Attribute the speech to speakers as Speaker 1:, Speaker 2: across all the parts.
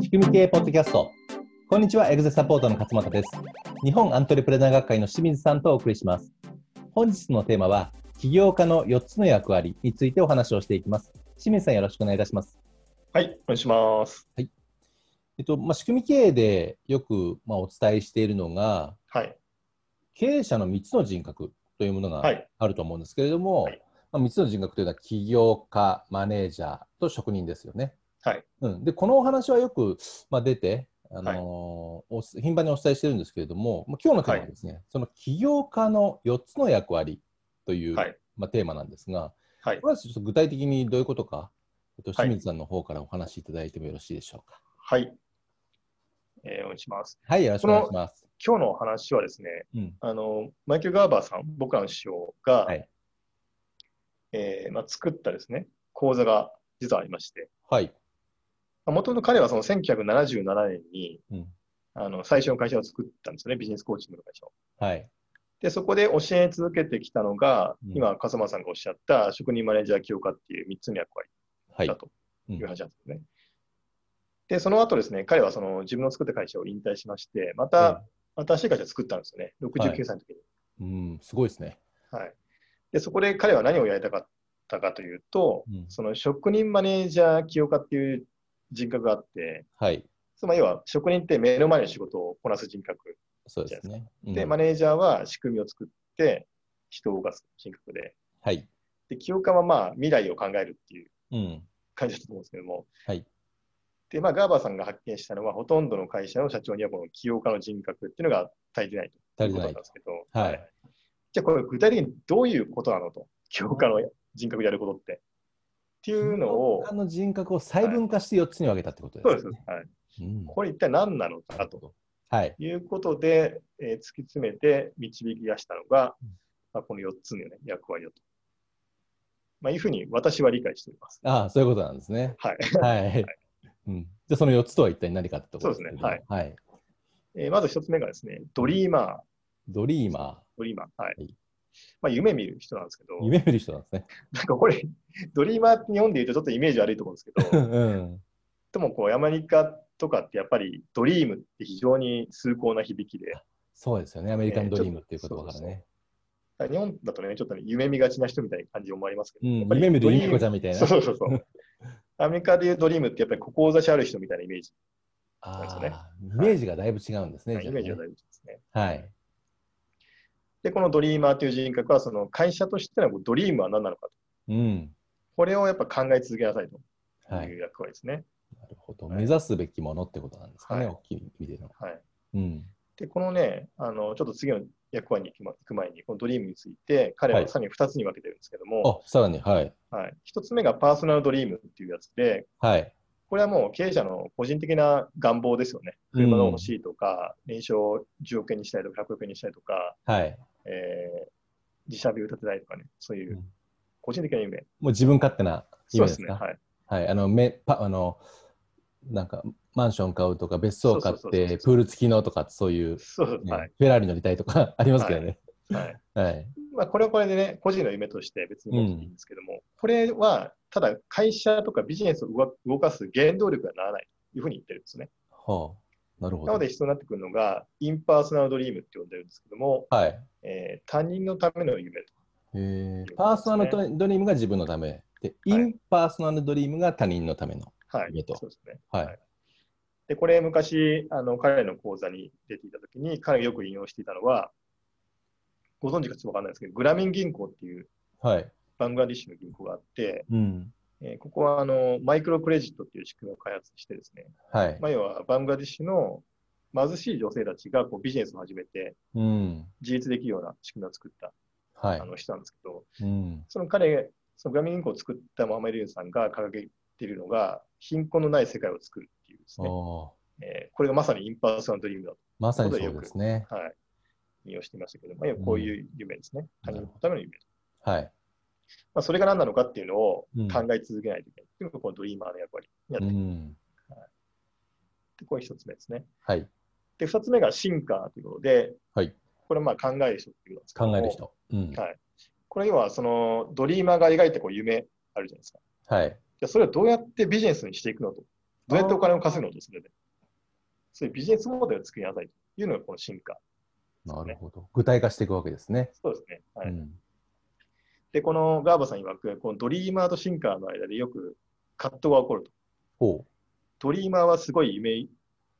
Speaker 1: 仕組み系ポッドキャスト。こんにちは、エグゼサポートの勝俣です。日本アントレプレナー学会の清水さんとお送りします。本日のテーマは、起業家の4つの役割についてお話をしていきます。清水さん、よろしくお願いいたします。
Speaker 2: はい、お願いします。
Speaker 1: えっと、まあ、仕組み経営でよく、まあ、お伝えしているのが、
Speaker 2: はい、
Speaker 1: 経営者の3つの人格というもの
Speaker 2: は
Speaker 1: が
Speaker 2: い、
Speaker 1: あると思うんですけれども、
Speaker 2: はい
Speaker 1: まあ、3つの人格というのは起業家、マネージャーと職人ですよね。
Speaker 2: はい
Speaker 1: うん、でこのお話はよく、まあ、出て、あのーおす頻繁にお伝えしてるんですけれども、まあ、今日のテーマはですね、その起業家の4つの役割という、
Speaker 2: はい
Speaker 1: まあ、テーマなんですが、
Speaker 2: はい
Speaker 1: これはちょっと具体的にどういうことか、えっと、
Speaker 2: はい
Speaker 1: 清水さんの方からお話しいただいてもよろしいでしょうか。
Speaker 2: はい。えーお願いします。
Speaker 1: はい、よろしくお願いします。
Speaker 2: 今日のお話はですね、
Speaker 1: うん、
Speaker 2: あの、マイケル・ガーバーさん、僕らの師匠が、
Speaker 1: はい
Speaker 2: えーまあ、作ったですね、講座が実はありまして、
Speaker 1: はい、
Speaker 2: もともと彼はその1977年に、
Speaker 1: うん、
Speaker 2: あの、最初の会社を作ったんですよね、ビジネスコーチングの会社を。
Speaker 1: はい、
Speaker 2: で、そこで教え続けてきたのが、
Speaker 1: うん
Speaker 2: 今、笠間さんがおっしゃった、職人マネージャー強化っていう3つの役割
Speaker 1: はい
Speaker 2: だ、と
Speaker 1: う
Speaker 2: い
Speaker 1: ん
Speaker 2: う話なんですね。で、その後ですね、彼はその自分の作った会社を引退しまして、また新しい会社を作ったんですよね、
Speaker 1: はい
Speaker 2: 69歳の時に。
Speaker 1: うん、うんすごいですね。
Speaker 2: はいで、そこで彼は何をやりたかったかというと、
Speaker 1: うん
Speaker 2: その職人マネージャー起用家っていう人格があって、
Speaker 1: はい、
Speaker 2: つまり要は職人って目の前の仕事をこなす人格
Speaker 1: そうですね。
Speaker 2: で、
Speaker 1: うん
Speaker 2: マネージャーは仕組みを作って人を動かす人格で、
Speaker 1: はい、
Speaker 2: で起用家はまあ未来を考えるっていう
Speaker 1: うん、
Speaker 2: 感じだと思うんですけども、
Speaker 1: はい
Speaker 2: でまあ、ガーバーさんが発見したのは、ほとんどの会社の社長にはこの起業家の人格っていうのが足りてないとい
Speaker 1: 足
Speaker 2: う
Speaker 1: り
Speaker 2: こ
Speaker 1: てな
Speaker 2: となん
Speaker 1: い
Speaker 2: で。すけど、
Speaker 1: はい
Speaker 2: じゃあ、これ具体的にどういうことなのと、起業家の人格やることって。っていうのを
Speaker 1: あ、の人格を細分化して4つに分けたってこと
Speaker 2: そう
Speaker 1: で
Speaker 2: ですす、
Speaker 1: よね。
Speaker 2: はい、
Speaker 1: うん
Speaker 2: これ一体何なのかと
Speaker 1: はい、
Speaker 2: いうことで、えー突き詰めて導き出したのが、まあ、この4つの、ね、役割だと。まあ、いうふうに私は理解しています。
Speaker 1: ああ、そういうことなんですね。
Speaker 2: はい
Speaker 1: はい。うん、じゃあ、その4つとは一体何かってところけど
Speaker 2: そうですね。
Speaker 1: はい。
Speaker 2: えーまず1つ目がですね、ドリーマー。
Speaker 1: ドリーマ
Speaker 2: ドリーマー。はい。
Speaker 1: はい
Speaker 2: まあ、夢見る人なんですけど、
Speaker 1: ー、夢見る人なんですね。
Speaker 2: なんかこれ、 ドリーマーって日本で言うとちょっとイメージ悪いと思うんです
Speaker 1: う
Speaker 2: けど、
Speaker 1: ん、
Speaker 2: でもこう、アメリカとかってやっぱりドリームって非常に崇高な響きで、
Speaker 1: そうですよね。アメリカンドリームっていう言葉からね。
Speaker 2: 日本だとね、ちょっとね、夢見がちな人みたいな感じもありますけ
Speaker 1: う
Speaker 2: ど、やっ
Speaker 1: ん、
Speaker 2: ぱり
Speaker 1: 夢見
Speaker 2: ド
Speaker 1: る
Speaker 2: リ
Speaker 1: ユ
Speaker 2: ー
Speaker 1: ミ
Speaker 2: ム
Speaker 1: コちゃんみたいな。
Speaker 2: そうそうそう。アメリカでいうドリームってやっぱり志ある人みたいなイメージ、
Speaker 1: あ
Speaker 2: そうですよね
Speaker 1: あ、イメージがだいぶ違うんですね。じ
Speaker 2: イ
Speaker 1: ゃあ
Speaker 2: メ
Speaker 1: ね
Speaker 2: ージが大事ですね。
Speaker 1: はい。
Speaker 2: で、このドリーマーという人格は、その会社としてのドリームは何なのかと。
Speaker 1: うん。
Speaker 2: これをやっぱ考え続けなさいと
Speaker 1: はいい。
Speaker 2: う役割ですね。
Speaker 1: なるほど。
Speaker 2: はい
Speaker 1: 目指すべきものってことなんですかね。
Speaker 2: はい
Speaker 1: 大きい意味での。
Speaker 2: はい
Speaker 1: うん。
Speaker 2: で、このね、あの、ちょっと次の役割に行きま行く前に、このドリームについて、彼
Speaker 1: はい
Speaker 2: はさらに2つに分けてるんですけども、
Speaker 1: あ、さらに、はい。
Speaker 2: はい、1つ目がパーソナルドリームっていうやつで、
Speaker 1: はい。
Speaker 2: これはもう経営者の個人的な願望ですよね。車が欲しいとか、年商10億円にしたいとか、100億円にしたいとか、
Speaker 1: はい。
Speaker 2: えー自社ビル建てたいとかね、そういううん個人的な夢。
Speaker 1: もう自分勝手な意
Speaker 2: そう
Speaker 1: 味ですす
Speaker 2: でね。
Speaker 1: か。
Speaker 2: はい。
Speaker 1: はい、あのめパあのなんかマンション買うとか別荘買っ
Speaker 2: そうそうそうそ
Speaker 1: て
Speaker 2: う
Speaker 1: プール付きのとかそういう、
Speaker 2: そう、
Speaker 1: ね
Speaker 2: はい。
Speaker 1: フェラーリ乗りたいとかありますけどね。
Speaker 2: はい。
Speaker 1: はい、
Speaker 2: まあ、これはこれでね、個人の夢として別に持っていいんですけども、これは、ただ会社とかビジネスを動か動かす原動力がならないというふうに言ってるんですね。
Speaker 1: はあ、なるほ
Speaker 2: な
Speaker 1: ど。
Speaker 2: ので必要になってくるのが、インパーソナルドリームって呼んでるんですけども、
Speaker 1: はい。
Speaker 2: えー他人のための夢と。
Speaker 1: えーパーソナルドドリームが自分のためで、インパーソナルドリームが他人のための。
Speaker 2: はい、
Speaker 1: 夢と
Speaker 2: そうですね。
Speaker 1: はい。
Speaker 2: はいで、これ昔、あの彼の講座に出ていたときに、彼がよく引用していたのは、ご存知かちょっとわかんないですけど、グラミン銀行っていう
Speaker 1: はい。
Speaker 2: バングラディッシュの銀行があって、
Speaker 1: うん。
Speaker 2: えーここはあのマイクロクレジットっていう仕組みを開発してですね、
Speaker 1: はい。
Speaker 2: まあ、要はバングラディッシュの貧しい女性たちがこうビジネスを始めて
Speaker 1: うん。
Speaker 2: 自立できるような仕組みを作った
Speaker 1: はい
Speaker 2: あ。の人なんですけど、
Speaker 1: うん。
Speaker 2: その彼、そのグラミン銀行を作ったモハメド・ユンさんが掲げているのが、貧困のない世界を作るっていうです
Speaker 1: お
Speaker 2: ね、
Speaker 1: お
Speaker 2: えーこれがまさにインパーソナルドリームだ
Speaker 1: ー。まさにそうですね。
Speaker 2: と、はい、引用していましたけど、まあ、こういう夢ですね、
Speaker 1: うん
Speaker 2: 他人のための夢、
Speaker 1: はい。
Speaker 2: まあ、それが何なのかっていうのを
Speaker 1: うん
Speaker 2: 考え続けないといけないっていうのが、このドリーマーの役割になっ
Speaker 1: う
Speaker 2: てくる、
Speaker 1: ん。
Speaker 2: でこれ一つ目ですね。
Speaker 1: はい。
Speaker 2: で、二つ目がシンカーということで、
Speaker 1: はい。
Speaker 2: これはまあ考える人っていうことなんですけど
Speaker 1: 考
Speaker 2: も
Speaker 1: える。人。うん。
Speaker 2: はい、これ要はそのドリーマーが描いてこう夢あるじゃないですか。
Speaker 1: はい。
Speaker 2: じゃあそれをどうやってビジネスにしていくのと。どうやってお金を稼ぐのと、それで。そういうビジネスモデルを作りなさいというのがこの進化です
Speaker 1: な
Speaker 2: よね、
Speaker 1: るほど。具体化していくわけですね。
Speaker 2: そうですね。はい
Speaker 1: うん。
Speaker 2: で、このガーバさん曰く、このドリーマーとシンカーの間でよく葛藤が起こると。
Speaker 1: ほ
Speaker 2: ドリーマーはすごい夢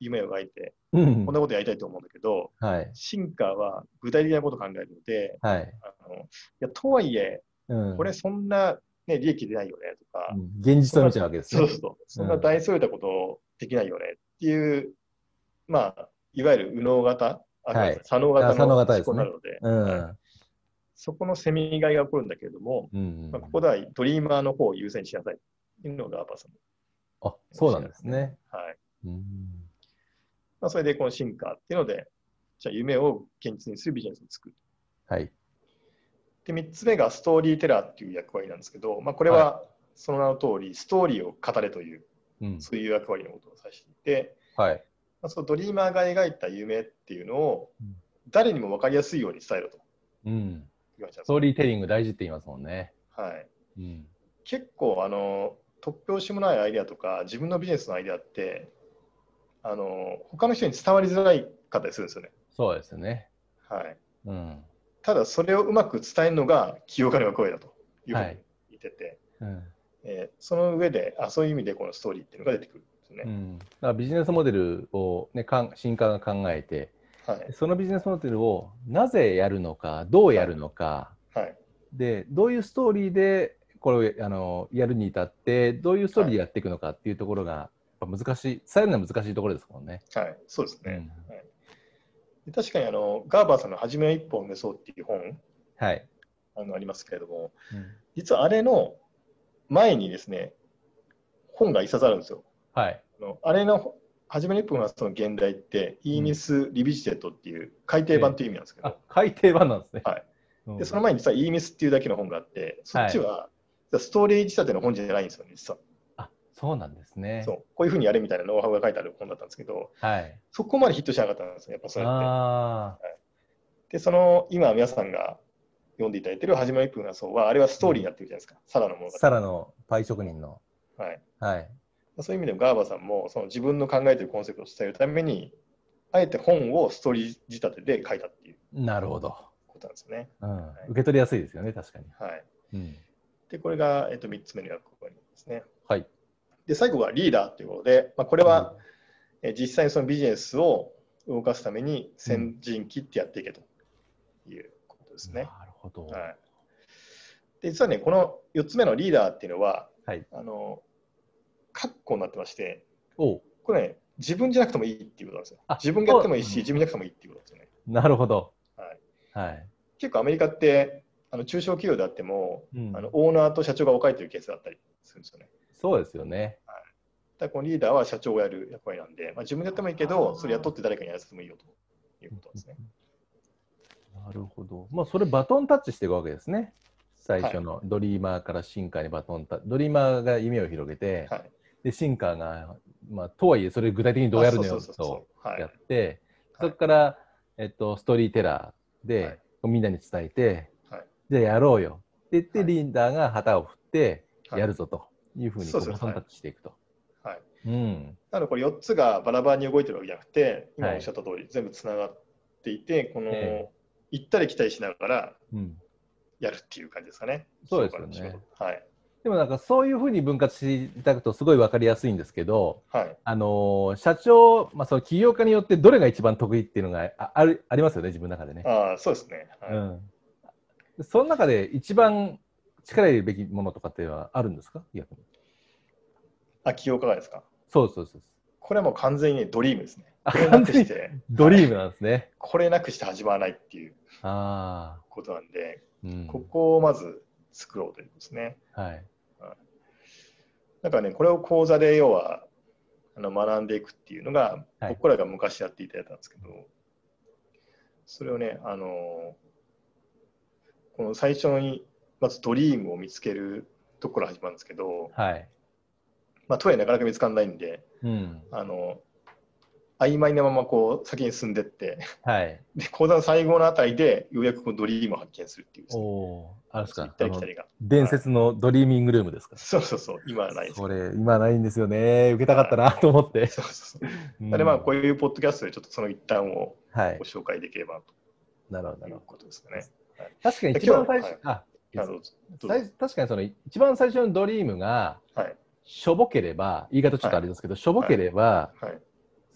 Speaker 2: 夢を描いて、
Speaker 1: う。うん
Speaker 2: こん。なことやりたいと思うんだけど、
Speaker 1: はい。
Speaker 2: シンカーは具体的なことを考えるので、
Speaker 1: はい。
Speaker 2: あのいやとはいえ、
Speaker 1: うん。
Speaker 2: これそんな、ね、利益出ないよねとか
Speaker 1: う、ん、現実を見ちゃうわけです
Speaker 2: そう
Speaker 1: ね。
Speaker 2: そうそう、そんな大それたことできないよねっていう、まあ、いわゆる右脳型、あ
Speaker 1: はい
Speaker 2: 左脳型
Speaker 1: あ左脳
Speaker 2: の
Speaker 1: 型
Speaker 2: 思
Speaker 1: です
Speaker 2: 考
Speaker 1: ね
Speaker 2: なので、
Speaker 1: うん。
Speaker 2: そこのせみがいが起こるんだけれども、
Speaker 1: うん
Speaker 2: まあ、ここではドリーマーの方を優先しなさいというのがガーバさんの。
Speaker 1: あ、そうなんですね。
Speaker 2: はい
Speaker 1: うん。
Speaker 2: まあ、それでこの進化っていうので、じゃあ夢を現実にするビジネスを作る。
Speaker 1: はい。
Speaker 2: で、3つ目がストーリーテラーっていう役割なんですけど、まあ、これはその名の通り、ストーリーを語れという、
Speaker 1: うん。
Speaker 2: そういう役割のことを指していて、
Speaker 1: はい。
Speaker 2: まあ、そのドリーマーが描いた夢っていうのを
Speaker 1: うん
Speaker 2: 誰にも分かりやすいように伝えろと
Speaker 1: うん。
Speaker 2: 言われちゃう
Speaker 1: ストーリーテリング大事って言いますもんね。
Speaker 2: はい、
Speaker 1: うん。
Speaker 2: 結構あの突拍子もないアイデアとか自分のビジネスのアイデアってあの他の人に伝わりづらいかったりするんですよね、
Speaker 1: そうですね。
Speaker 2: はい、
Speaker 1: うん。
Speaker 2: ただそれをうまく伝えるのが起業家の声だというふうに言ってて、
Speaker 1: うん。
Speaker 2: えーその上であそういう意味でこのストーリーっていうのが出てくるんですよ
Speaker 1: う
Speaker 2: ね、
Speaker 1: ん、だからビジネスモデルを、ね、かん新化が考えて
Speaker 2: はい
Speaker 1: そのビジネスモデルをなぜやるのかどうやるのか、
Speaker 2: はい
Speaker 1: でどういうストーリーでこれをあのやるに至ってどういうストーリーでやっていくのかっていうところがやっぱ難しい伝えるのは難しいところですもんね。
Speaker 2: はい、そうですね、
Speaker 1: うん
Speaker 2: で確かにあのガーバーさんの「はじめの一歩を埋めそう」っていう本
Speaker 1: はい、
Speaker 2: あのありますけれども
Speaker 1: うん
Speaker 2: 実はあれの前にですね、本が一冊あるんですよ。
Speaker 1: はい
Speaker 2: あのあれの初めの1分はその現代って、イーニス・リビジテッドっていう改訂版という意味なんですけど、
Speaker 1: あ改訂版なんですね。
Speaker 2: はい
Speaker 1: うん
Speaker 2: でその前に実はイーニスっていうだけの本があって、そっちは、実はストーリー仕立ての本じゃないんですよね、実は。
Speaker 1: あそうなんですね。
Speaker 2: そうこういうふうにやれみたいなノウハウが書いてある本だったんですけど、
Speaker 1: はい、
Speaker 2: そこまでヒットしなかったんですよ、やっぱそうやっ
Speaker 1: あ
Speaker 2: て。で、その今皆さんが読んでいただいてる初めの1分はそうは、あれはストーリーになってるじゃないですか、サラの物
Speaker 1: ー
Speaker 2: 語。
Speaker 1: サラのパイ職人の。
Speaker 2: はい
Speaker 1: はい
Speaker 2: そういう意味でもガーバさんもその自分の考えているコンセプトを伝えるためにあえて本をストーリー仕立てで書いたっていう
Speaker 1: なるほど、
Speaker 2: ことなんですよね。
Speaker 1: うん
Speaker 2: い。
Speaker 1: 受け取りやすいですよね確かに。
Speaker 2: はい、
Speaker 1: うん
Speaker 2: でこれが、えっと、3つ目の役割ですね。
Speaker 1: はい。
Speaker 2: で最後がリーダーということで、まあ、これは、え実際にそのビジネスを動かすために先陣切ってやっていけということですね。
Speaker 1: なるほど。
Speaker 2: はい、で実はねこの4つ目のリーダーっていうのは、
Speaker 1: はい
Speaker 2: あの括弧になってまして
Speaker 1: おう
Speaker 2: これね、自分じゃなくてもいいっていうことなんですよ
Speaker 1: あ。
Speaker 2: 自分がやってもいいし、
Speaker 1: そう
Speaker 2: 自分じゃなくてもいいっていうことですよね。
Speaker 1: なるほど。
Speaker 2: はい、
Speaker 1: はい。
Speaker 2: 結構アメリカって、あの中小企業であっても、
Speaker 1: うん
Speaker 2: あのオーナーと社長が若いというケースだったりするんですよね。
Speaker 1: そうですよね。
Speaker 2: だからこのリーダーは社長をやる役割なんで、まあ、自分でやってもいいけど、それ雇って誰かにやらせてもいいよということですね。
Speaker 1: なるほど。まあ、それバトンタッチしていくわけですね。最初のドリーマーからシンカーにバトンタッチ、ドリーマーが夢を広げて、
Speaker 2: はい、
Speaker 1: でシンカーが、まあ、とはいえそれ具体的にどうやるの
Speaker 2: あそ
Speaker 1: よ
Speaker 2: そうそう
Speaker 1: と
Speaker 2: そうはい
Speaker 1: やって、
Speaker 2: はい
Speaker 1: そこから、えっと、ストーリーテラーで、
Speaker 2: はい
Speaker 1: みんなに伝えて、
Speaker 2: はい
Speaker 1: じゃあやろうよって言って、
Speaker 2: はい
Speaker 1: リーダーが旗を振って、
Speaker 2: はい
Speaker 1: やるぞというふうにこ
Speaker 2: そう
Speaker 1: う
Speaker 2: そう
Speaker 1: バトンタッチしていくと。
Speaker 2: はい、
Speaker 1: うん、
Speaker 2: なので、これ4つがバラバラに動いてるわけじゃなくて、今
Speaker 1: はい
Speaker 2: おっしゃった通り、全部つながっていて、この、
Speaker 1: え
Speaker 2: 行ったり来たりしながら
Speaker 1: うん
Speaker 2: やるっていう感じですかね。
Speaker 1: そうですよね
Speaker 2: 仕事からの仕
Speaker 1: でもなんかそういうふうに分割していただくとすごい分かりやすいんですけど、
Speaker 2: 事。はい、はい、
Speaker 1: あのー社長、まあ、その起業家によってどれが一番得意っていうのがああるありますよね、自分の中でね。
Speaker 2: ああ、そうですね。はい
Speaker 1: うん、その中で一番力入れるべきものとかっていうのはあるんですか逆に。
Speaker 2: あ、起業家がですか
Speaker 1: そうそうそう。
Speaker 2: これはもう完全にねドリームですね。
Speaker 1: あ
Speaker 2: これな
Speaker 1: 完
Speaker 2: く
Speaker 1: 全
Speaker 2: し
Speaker 1: に
Speaker 2: て、
Speaker 1: ドリームなんですね。
Speaker 2: これなくして始まらないっていう
Speaker 1: ああ。
Speaker 2: ことなんで、
Speaker 1: うん、
Speaker 2: ここをまず作ろうということですね。
Speaker 1: はい。
Speaker 2: だからね、これを講座で要はあの学んでいくっていうのが、
Speaker 1: はい
Speaker 2: 僕らが昔やっていただいたんですけど、それをね、あのーこの最初にまずドリームを見つけるところから始まるんですけど、
Speaker 1: はい。
Speaker 2: まあ、とはいえなかなか見つからないんで、
Speaker 1: うん。
Speaker 2: あの曖昧なままこう先に進んでって
Speaker 1: はい。
Speaker 2: で講座の最後のあたりでようやくこうドリームを発見するっていうです
Speaker 1: お
Speaker 2: ね
Speaker 1: おー、あれです
Speaker 2: 行
Speaker 1: か
Speaker 2: っ。
Speaker 1: あ
Speaker 2: たり来
Speaker 1: の
Speaker 2: たりが
Speaker 1: 伝説のドリーミングルームですか。
Speaker 2: そうそうそう今はないですけ
Speaker 1: こ
Speaker 2: ど
Speaker 1: れ、今ないんですよね。受けたかったなと思って。
Speaker 2: そうそうそう
Speaker 1: うん
Speaker 2: なのでまあこういうポッドキャストでちょっとその一端を
Speaker 1: はい
Speaker 2: ご。紹介できれば
Speaker 1: なるほど、な
Speaker 2: とい
Speaker 1: る
Speaker 2: う
Speaker 1: ほど。
Speaker 2: ことですかね。
Speaker 1: 確かに
Speaker 2: で
Speaker 1: 一番最
Speaker 2: 今
Speaker 1: 初、
Speaker 2: 日
Speaker 1: あ、いいで
Speaker 2: あ
Speaker 1: す
Speaker 2: どうぞどうぞ
Speaker 1: 最確かにその一番最初のドリームが、
Speaker 2: はい
Speaker 1: しょぼければ、言い方ちょっとあれですけど、しょぼければ、
Speaker 2: はい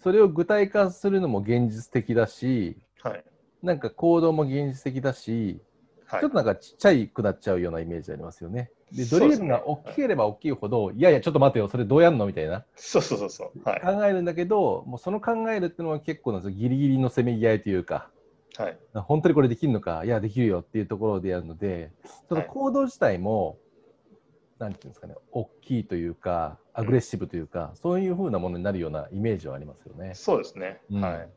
Speaker 1: それを具体化するのも現実的だし、
Speaker 2: はい
Speaker 1: なんか行動も現実的だし、
Speaker 2: はい
Speaker 1: ちょっとなんかちっちゃいくなっちゃうようなイメージありますよね。で、ド
Speaker 2: そう
Speaker 1: リ
Speaker 2: で
Speaker 1: ー
Speaker 2: す
Speaker 1: ム
Speaker 2: ね
Speaker 1: が大きければ大きいほど、いやいや、ちょっと待てよ、それどうやんのみたいな、
Speaker 2: そうそうそうそうはい
Speaker 1: 考えるんだけど、もうその考えるっていうのは結構なんですよギリギリのせめぎ合いというか、
Speaker 2: はい
Speaker 1: 本当にこれできるのか、いや、できるよっていうところでやるので、その
Speaker 2: はい
Speaker 1: 行動自体も、なんていうんですかね、大きいというか、アグレッシブというか、そういうふうなものになるようなイメージはありますよね。
Speaker 2: そうですね、
Speaker 1: うん
Speaker 2: はい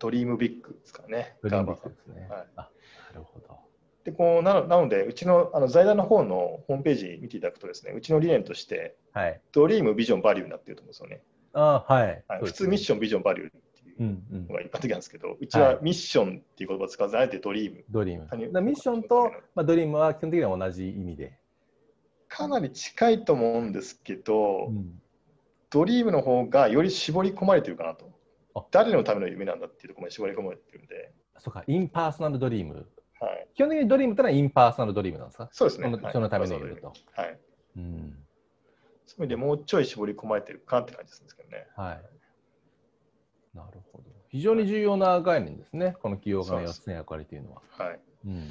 Speaker 2: ドリームビッグですからね
Speaker 1: ドリーム
Speaker 2: ガ
Speaker 1: ビ
Speaker 2: ーバー
Speaker 1: ッ
Speaker 2: さ
Speaker 1: グ
Speaker 2: ん
Speaker 1: ですね。
Speaker 2: はい
Speaker 1: あなるほど。
Speaker 2: でこうなのなのでうちのあの財団の方のホームページ見ていただくとですねうちの理念として
Speaker 1: はい。
Speaker 2: ドリームビジョンバリューになってると思うんですよね、
Speaker 1: あはい。
Speaker 2: はい、
Speaker 1: そう
Speaker 2: 普
Speaker 1: です
Speaker 2: 通ミッションビジョンバリューっていううん
Speaker 1: うん
Speaker 2: の、が一般的なんですけど、うち
Speaker 1: はい
Speaker 2: はミッションっていう言葉を使わずあえてドリーム
Speaker 1: ドリーム。だ
Speaker 2: 他人
Speaker 1: からミッションと、まあ、ドリームは基本的には同じ意味で。
Speaker 2: かなり近いと思うんですけど、
Speaker 1: うん
Speaker 2: ドリームの方がより絞り込まれてるかなと
Speaker 1: あ
Speaker 2: 誰のための夢なんだっていうところまで絞り込まれてるんで、
Speaker 1: そうか、インパーソナルドリーム。
Speaker 2: はい、
Speaker 1: 基本的にドリームってのはインパーソナルドリームなんですか
Speaker 2: そうです
Speaker 1: そ
Speaker 2: ね
Speaker 1: の,、
Speaker 2: はい
Speaker 1: そのための夢と。
Speaker 2: はい、
Speaker 1: うん。
Speaker 2: そういう意味でもうちょい絞り込まれてるかって感じですけどね。
Speaker 1: はい。なるほど。非常に重要な概念ですね、この企業
Speaker 2: そう
Speaker 1: が
Speaker 2: で
Speaker 1: 4
Speaker 2: す
Speaker 1: つの役割というのは。
Speaker 2: はい、な
Speaker 1: うん、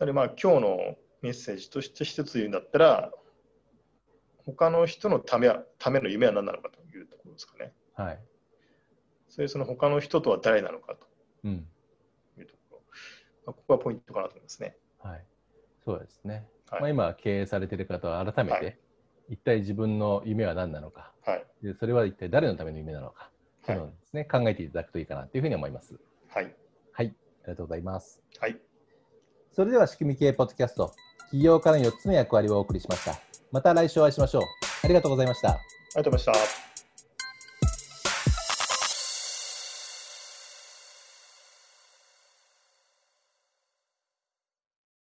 Speaker 2: のでまあ今日のメッセージとして一つ言うんだったら、他の人のためはための夢は何なのかというところですかね。
Speaker 1: はい。
Speaker 2: それその他の人とは誰なのか
Speaker 1: うん。
Speaker 2: というところ。まあ、ここがポイントかなと思いますね。
Speaker 1: はい。そうですね。
Speaker 2: はい
Speaker 1: まあ、今、経営されている方は改めて、
Speaker 2: はい
Speaker 1: 一体自分の夢は何なのか
Speaker 2: はい。
Speaker 1: で、それは一体誰のための夢なのか、そ
Speaker 2: はい
Speaker 1: ういうのをですね、考えていただくといいかなというふうに思います。
Speaker 2: はい。
Speaker 1: はい。ありがとうございます。
Speaker 2: はい。
Speaker 1: それでは仕組み系ポッドキャスト起業家の4つの役割をお送りしましたまた来週お会いしましょうありがとうございました
Speaker 2: ありがとうございました。